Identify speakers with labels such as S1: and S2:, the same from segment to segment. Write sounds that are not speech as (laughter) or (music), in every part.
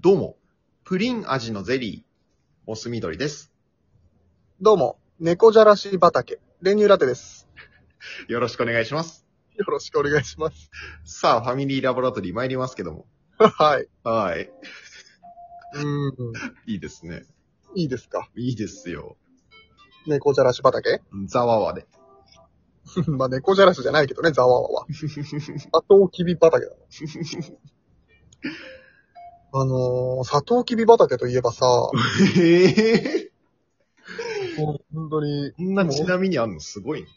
S1: どうも、プリン味のゼリー、モス緑です。
S2: どうも、猫じゃらし畑、練乳ラテです。
S1: よろしくお願いします。
S2: よろしくお願いします。 (laughs)
S1: さあ、ファミリーラボラトリー参りますけども。
S2: はい。
S1: はい。
S2: うーん、
S1: いいですね。
S2: いいですか。
S1: いいですよ。
S2: 猫じゃらし畑 (laughs)
S1: ざわわで。 (laughs)
S2: まあ、猫じゃらしじゃないけどね、ざわわは。砂糖きび畑だろ。あのー、砂糖きび畑といえばさ、も
S1: ええ
S2: う本当に、
S1: こんなちなみにあんのすごいね。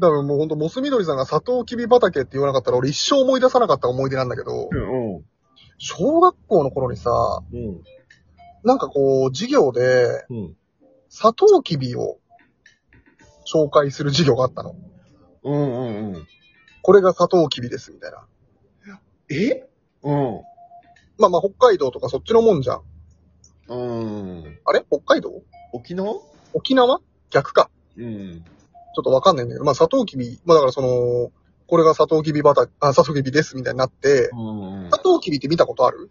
S2: 多分もう本当、モス緑さんが砂糖きび畑って言わなかったら俺一生思い出さなかった思い出なんだけど、
S1: ん、
S2: 小学校の頃にさ、
S1: うん、うん、
S2: なんかこう、授業で、
S1: うん。
S2: 砂糖きびを紹介する授業があったの。
S1: うん、うん、うん。
S2: これが砂糖きびです、みたいな。
S1: えうん。
S2: まあまあ、北海道とかそっちのもんじゃん。
S1: うん。
S2: あれ北海道
S1: 沖縄
S2: 沖縄逆か。
S1: うん。
S2: ちょっとわかんないんだけど、まあ、砂糖きび、まあだからその、これが砂糖きび畑、あ、砂糖きびです、みたいになって、
S1: うん。
S2: 砂糖きびって見たことある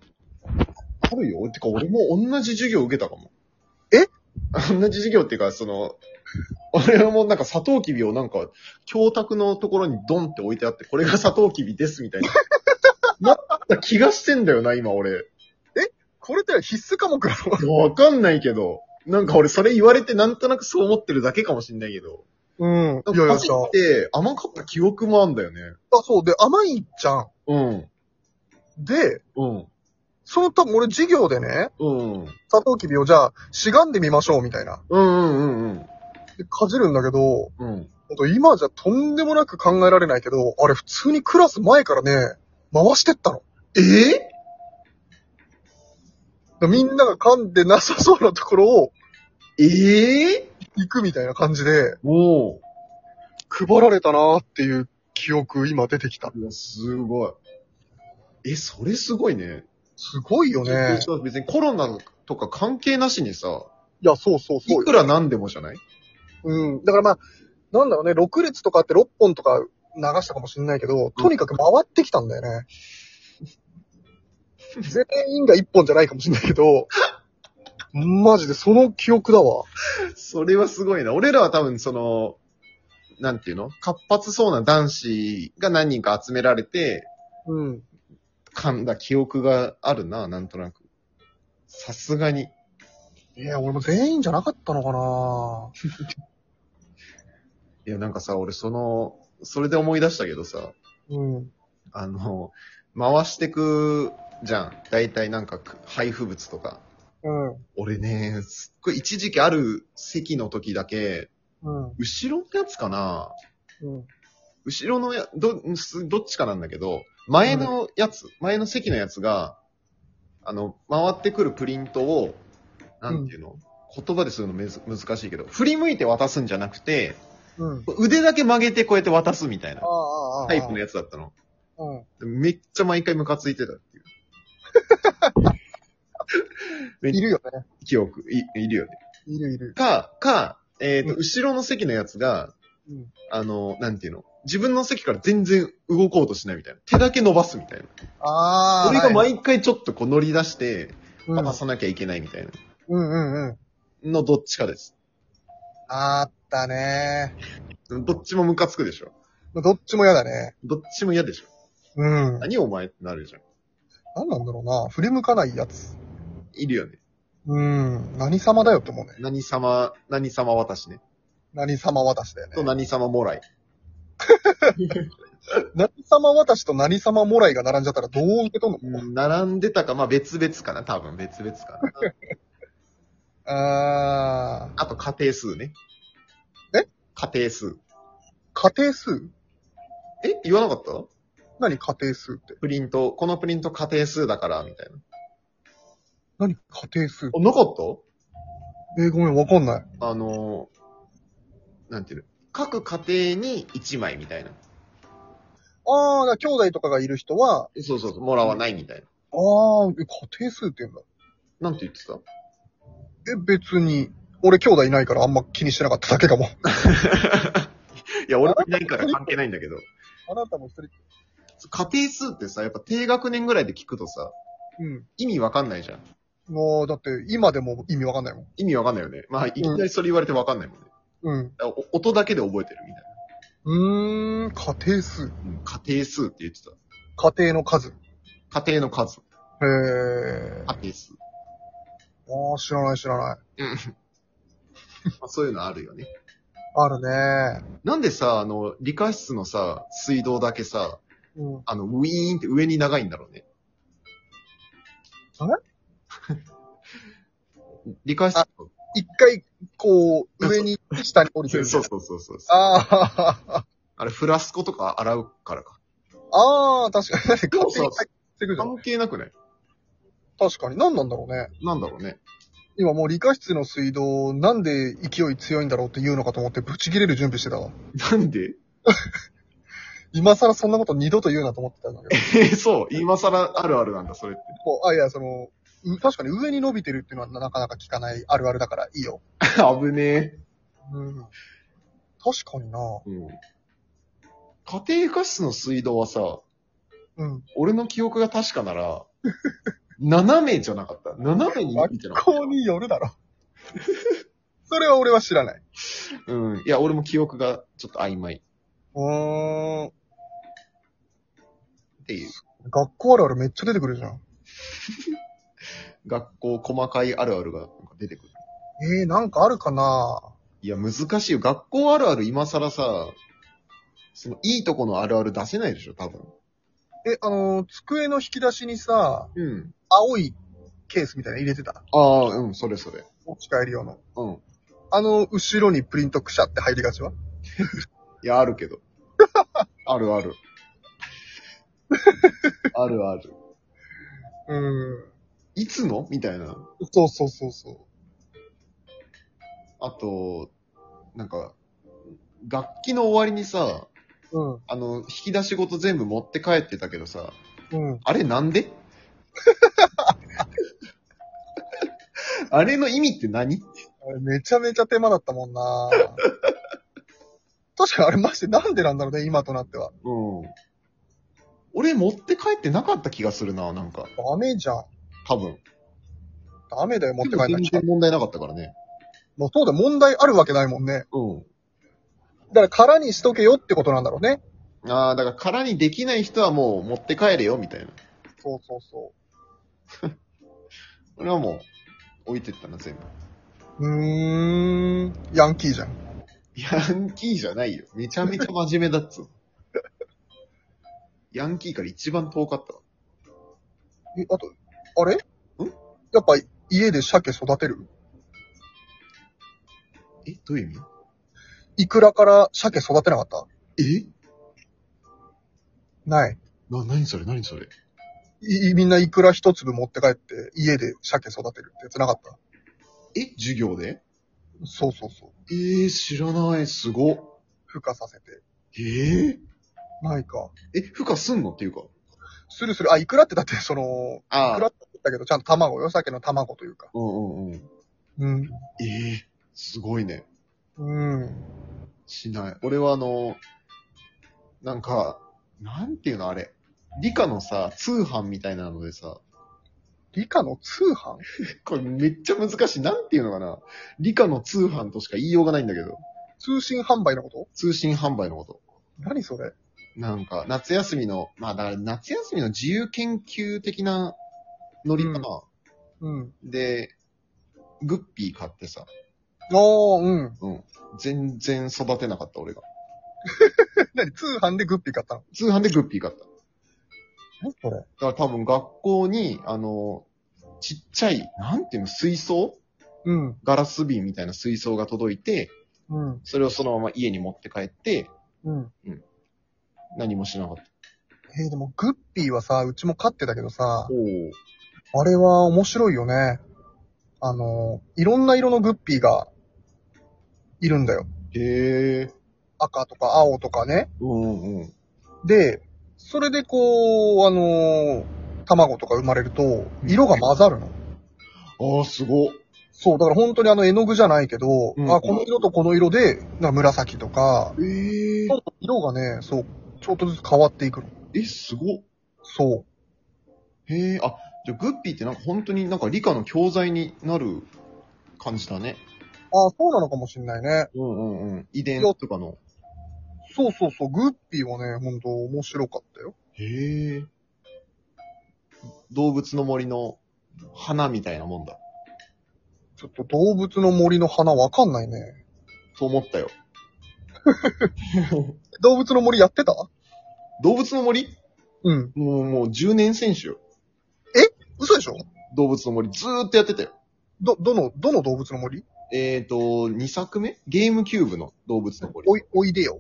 S1: あるよ。てか、俺も同じ授業受けたかも。
S2: え
S1: (laughs) 同じ授業っていうか、その、俺もなんか砂糖きびをなんか、教卓のところにドンって置いてあって、これが砂糖きびですみたい
S2: (laughs)
S1: な。なった気がしてんだよな、今俺。
S2: これって必須科目なの
S1: わかんないけど。なんか俺それ言われてなんとなくそう思ってるだけかもしんないけど。
S2: うん。 (laughs) いやい
S1: マ
S2: や、
S1: ジ
S2: じゃあ
S1: って甘かった記憶もあんだよね。
S2: あ、そう。で、甘いじゃん。
S1: うん。
S2: で、
S1: うん。
S2: その多分俺授業でね、
S1: うん。
S2: 砂糖きびをじゃあ、しがんでみましょう、みたいな。
S1: うんうんうんうん。
S2: で、かじるんだけど、
S1: うん。
S2: ほんと今じゃとんでもなく考えられないけど、あれ普通にクラス前からね、回してったの。
S1: ええ
S2: みんなが噛んでなさそうなところを
S1: ええ
S2: 行くみたいな感じで、
S1: おう。
S2: 配られたなーっていう記憶今出てきた。
S1: いや、すごい。え、それすごいね。
S2: すごいよね。
S1: 別にコロナとか関係なしにさ、
S2: いや、そうそう
S1: い
S2: そう
S1: く
S2: よ。
S1: らなんでもじゃない
S2: うん。だからまあ、なんだろうね、6列とかあって6本とか流したかもしれないけど、とにかく回ってきたんだよね。全員が1本じゃないかもしれないけ (laughs) ど、マジでその記憶だわ。
S1: それはすごいな。俺らは多分その、なんていうの活発そうな男子が何人か集められて、
S2: うん。
S1: 噛んだ記憶があるな、なんとなく。さすがに。
S2: いや、俺も全員じゃなかったのかない
S1: や、なんかさ、俺その、それで思い出したけどさ、
S2: うん。
S1: あの、回してくじゃん。大体なんか配布物とか。
S2: うん。
S1: 俺ね、すっごい一時期ある席の時だけ、
S2: うん。
S1: 後ろのやつかな
S2: うん。
S1: 後ろのや、ど、すどっちかなんだけど、前のやつ、前の席のやつが、あの、回ってくるプリントを、なんていうの、言葉でするのめず難しいけど、振り向いて渡すんじゃなくて、
S2: うん。
S1: 腕だけ曲げてこうやって渡すみたいな
S2: ああ、ああ。
S1: タイプのやつだったの。
S2: うん。
S1: めっちゃ毎回ムカついてたっていう
S2: いるよね。
S1: 記憶、い、いるよね。
S2: いるいる。
S1: か、か、えっ、と、
S2: うん
S1: 後ろの席のやつが、
S2: うん。
S1: あの、なんていうの自分の席から全然動こうとしないみたいな。手だけ伸ばすみたいな。
S2: ああ。
S1: 俺が
S2: はい
S1: 毎回ちょっとこう乗り出して、
S2: うん
S1: 渡さなきゃいけないみたいな。
S2: うんうんうん。
S1: のどっちかです。
S2: あったね。
S1: どっちもムカつくでしょ。
S2: どっちも嫌だね。
S1: どっちも嫌でしょ。
S2: うん。
S1: 何お前ってなるじゃん。
S2: 何なんだろうな。振り向かないやつ。
S1: いるよね。
S2: うん。何様だよって思うね。
S1: 何様、何様私ね。
S2: 何様渡しだよ
S1: と
S2: ね。
S1: 何様もらい。
S2: 何様渡しと何様もらいが並んじゃったらどう受け取んの、
S1: 並んでたか、まあ別々かな。多分別々かな。
S2: (laughs) ああ。
S1: あと家庭数ね。
S2: え
S1: 家庭数。
S2: 家庭数
S1: え言わなかった
S2: 何家庭数って。
S1: プリント、このプリント家庭数だから、みたいな。
S2: 何家庭数
S1: あ、なかった
S2: えーごめん、わかんない。
S1: あのー、なんていうの各家庭に1枚みたいな。
S2: ああ、だから兄弟とかがいる人は、
S1: そうそうそう、もらわないみたいな。
S2: ああ、え家庭数って言うんだ。
S1: なんて言ってた
S2: え、別に。俺兄弟いないからあんま気にしてなかっただけかも。
S1: いや、俺もいないから関係ないんだけど。
S2: あなたも一人。
S1: 家庭数ってさ、やっぱ低学年ぐらいで聞くとさ、
S2: うん。
S1: 意味わかんないじゃん。
S2: もう、だって、今でも意味わかんないもん。
S1: 意味わかんないよね。まあ、いきなりそれ言われてわかんないもんね。
S2: うん。
S1: だからお音だけで覚えてるみたいう
S2: ーん、家庭数。
S1: な。うん家庭数って言ってた。
S2: 家庭の数。へ
S1: 家庭の数。
S2: え。
S1: 家庭数。
S2: ああ、知らない知らない。
S1: まあ、そういうのあるよね。
S2: あるね。
S1: なんでさ、あの、理科室のさ、水道だけさ、
S2: うん。
S1: あの、ウィーンって上に長いんだろうね。
S2: あ
S1: れ (laughs) 理科室の。
S2: 一回、こう、上に、下に降りて
S1: そう
S2: る。。
S1: そううそうそうそう。
S2: ああ、
S1: あれ、フラスコとか洗うからか。
S2: (laughs) ああ、確かに。勝手に
S1: そう
S2: 入ってくるじゃん
S1: 関係なくない
S2: 確かに。何なんだろうね。
S1: なんだろうね。
S2: 今もう理科室の水道、なんで勢い強いんだろうって言うのかと思って、ブチ切れる準備してたわ。
S1: なんで
S2: 今更そんなこと二度と言うなと思ってたんだけど。
S1: そう。今更あるあるなんだ、それって。
S2: こうあ、いや、その、う確かに上に伸びてるっていうのはなかなか聞かないあるあるだからいいよ。
S1: (laughs) 危ねえ。
S2: うん。確かにな
S1: うん。家庭科室の水道はさ、
S2: うん。
S1: 俺の記憶が確かな (laughs) ら、斜めじゃなかった。斜めに伸びてなかっ
S2: ここによるだろ。 (laughs) それは俺は知らない。
S1: た。うん。いや、俺も記憶がちょっと曖昧
S2: うーん。
S1: っていう。
S2: 学校あるあるめっちゃ出てくるじゃん。
S1: 学校細かいあるあるがなんか出てくる。
S2: えー、なんかあるかない
S1: や、難しいよ。学校あるある今更さ、その、いいとこのあるある出せないでしょ、多分。
S2: え、あのー机の引き出しにさ、
S1: うん。
S2: 青いケースみたいなの入れてた。
S1: ああ、うん、それそれ。
S2: 持ち帰り用の。
S1: うん。
S2: あの、後ろにプリントくしゃって入りがちはい
S1: や、あるけ (laughs) ど。あるある。あるある。
S2: うん。
S1: いつのみたいな。
S2: そうそうそうそう。
S1: あと、なんか、楽器の終わりにさ、
S2: うん。
S1: あの、引き出しごと全部持って帰ってたけどさ、
S2: うん。
S1: あれなん (laughs) であれの意味って何
S2: あれめちゃめちゃ手間だったもんな (laughs) 確かにあれマジでなんでなんだろうね、今となっては。
S1: うん。俺持って帰ってなかった気がするな、なんか。
S2: ダメじゃん。
S1: 多分。
S2: ダメだよ、持って帰んな
S1: 全
S2: きゃ
S1: 然。問題なかったからね。
S2: もうそうだ、問題あるわけないもんね。
S1: う
S2: だから空にしとけよってことなんだろうね。
S1: ん。ああ、だから空にできない人はもう持って帰れよ、みたいな。
S2: そうそうそ
S1: 俺はもう、置いてったな、全部。
S2: う。うーん。ヤンキーじゃん。
S1: ヤンキーじゃないよ。めちゃめちゃ真面目だっつ (laughs) う。ヤンキーから一番遠かったわ。
S2: え、あと、あれんやっぱ家で鮭育てる
S1: え、どういう
S2: イクラから鮭育てなかった
S1: 意味
S2: ない。
S1: えな、何それ何それ
S2: い、みんなイクラ一粒持って帰って家で鮭育てるってやつなかった
S1: え、授業で
S2: そうそうそう。
S1: えー、知らない、すご。
S2: 孵化させて。
S1: えー、
S2: ないか。
S1: え、孵化すんのっていうか。
S2: するする。あ、イクラってだって、その、イ
S1: あ
S2: ク
S1: あ
S2: ラ。って言ったけど、ちゃんと卵よ。鮭の卵というか。
S1: うんうんうん。
S2: うん。
S1: えー、すごいね。
S2: うん。
S1: しない。俺はあの、なんか、なんていうのあれ。理科のさ、通販みたいなのでさ、
S2: 理科の通販
S1: これめっちゃ難しい。なんていうのかな。理科の通販としか言いようがないんだけど。
S2: 通信販売のこと
S1: 通信販売のこと。
S2: 何それ
S1: なんか、夏休みの、まあだから夏休みの自由研究的なノリかな。
S2: うん。
S1: で、グッピー買ってさ、
S2: おー、うん。
S1: 全然育てなかった俺が。
S2: 何通販でグッピー買ったの
S1: 通販でグッピー買った。
S2: 何それ
S1: だから多分学校に、あの、ちっちゃい、なんていうの、水槽
S2: うん。
S1: ガラス瓶みたいな水槽が届いて、
S2: うん。
S1: それをそのまま家に持って帰って、
S2: うん。
S1: 何もしなかった。
S2: えー、でもグッピーはさ、うちも飼ってたけどさ、
S1: おー
S2: あれは面白いよね。あの、いろんな色のグッピーが、いるんだよ。
S1: へえ。
S2: 赤とか青とかね。
S1: うんうん。
S2: で、それでこう、あのー卵とか生まれると、色が混ざるの。
S1: ああ、すごっ。
S2: そう、だから本当にあの絵の具じゃないけど、
S1: うん
S2: あ、この色とこの色で、なんか紫とか、
S1: ええ。
S2: 色がね、そう、ちょっとずつ変わっていくの。
S1: え、すごっ。
S2: そう。
S1: へえ、あ、じゃあグッピーってなんか本当になんか理科の教材になる感じだね。
S2: ああ、そうなのかもしんないね。
S1: うんうんうん。遺伝とかの。
S2: そうそうそう、グッピーはね、ほんと面白かったよ。
S1: へえ。動物の森の花みたいなもんだ。
S2: ちょっと動物の森の花わかんないね。
S1: と思ったよ。 (laughs)
S2: 動物の森やってた
S1: 動物の森
S2: うん。
S1: もう、もう10年選手よ。
S2: 嘘でしょ
S1: 動物の森ずーっとやってたよ。
S2: ど、どの、どの動物の森
S1: えーと、2作目ゲームキューブの動物の森。
S2: おい、おいでよ。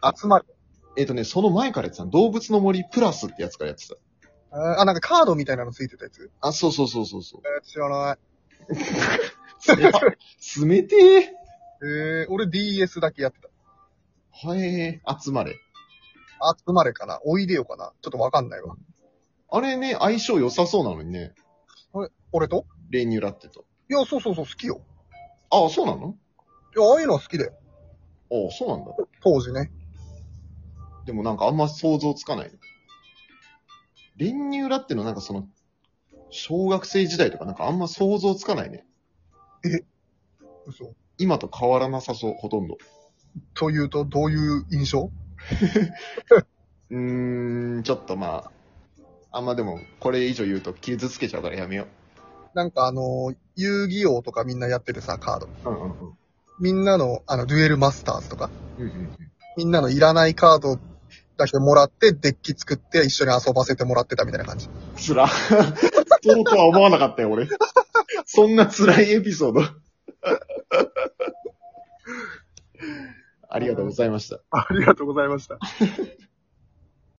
S1: あ
S2: 集まる。
S1: えーとね、その前からやってたの動物の森プラスってやつからやってた。
S2: あ、なんかカードみたいなのついてたやつ。
S1: あ、そうそうそうそうそう。
S2: えー、知らない。
S1: 冷た冷てえ。
S2: えー、俺 DS だけやってた。
S1: はえー、集まれ。
S2: 集まれかなおいでよかなちょっとわかんないわ。
S1: あれね、相性良さそうなのにね。
S2: 俺と
S1: レニューラってと。
S2: いや、そうそうそう、好きよ。
S1: ああ、そうなの
S2: いや、ああいうのは好きだよ。
S1: ああ、そうなんだ。
S2: 当時ね。
S1: でもなんかあんま想像つかない。練乳ラってのはなんかその、小学生時代とかなんかあんま想像つかないね。
S2: 嘘。
S1: 今と変わらなさそう、ほとんど。
S2: というと、どういう印象
S1: うーん、ちょっとまあ、あんまでも、これ以上言うと傷つけちゃうからやめよ
S2: なんかあのー、遊戯王とかみんなやっててさ、カード。
S1: う。うんうんうん。
S2: みんなの、あの、デュエルマスターズとか、
S1: うんうん
S2: みんなのいらないカードだけもらって、デッキ作って一緒に遊ばせてもらってたみたいな感じ。
S1: うん。つら。そうとは思わなかったよ、俺。そんな辛いエピ (laughs) ソード。ありがとうございました。
S2: ありがとうございました。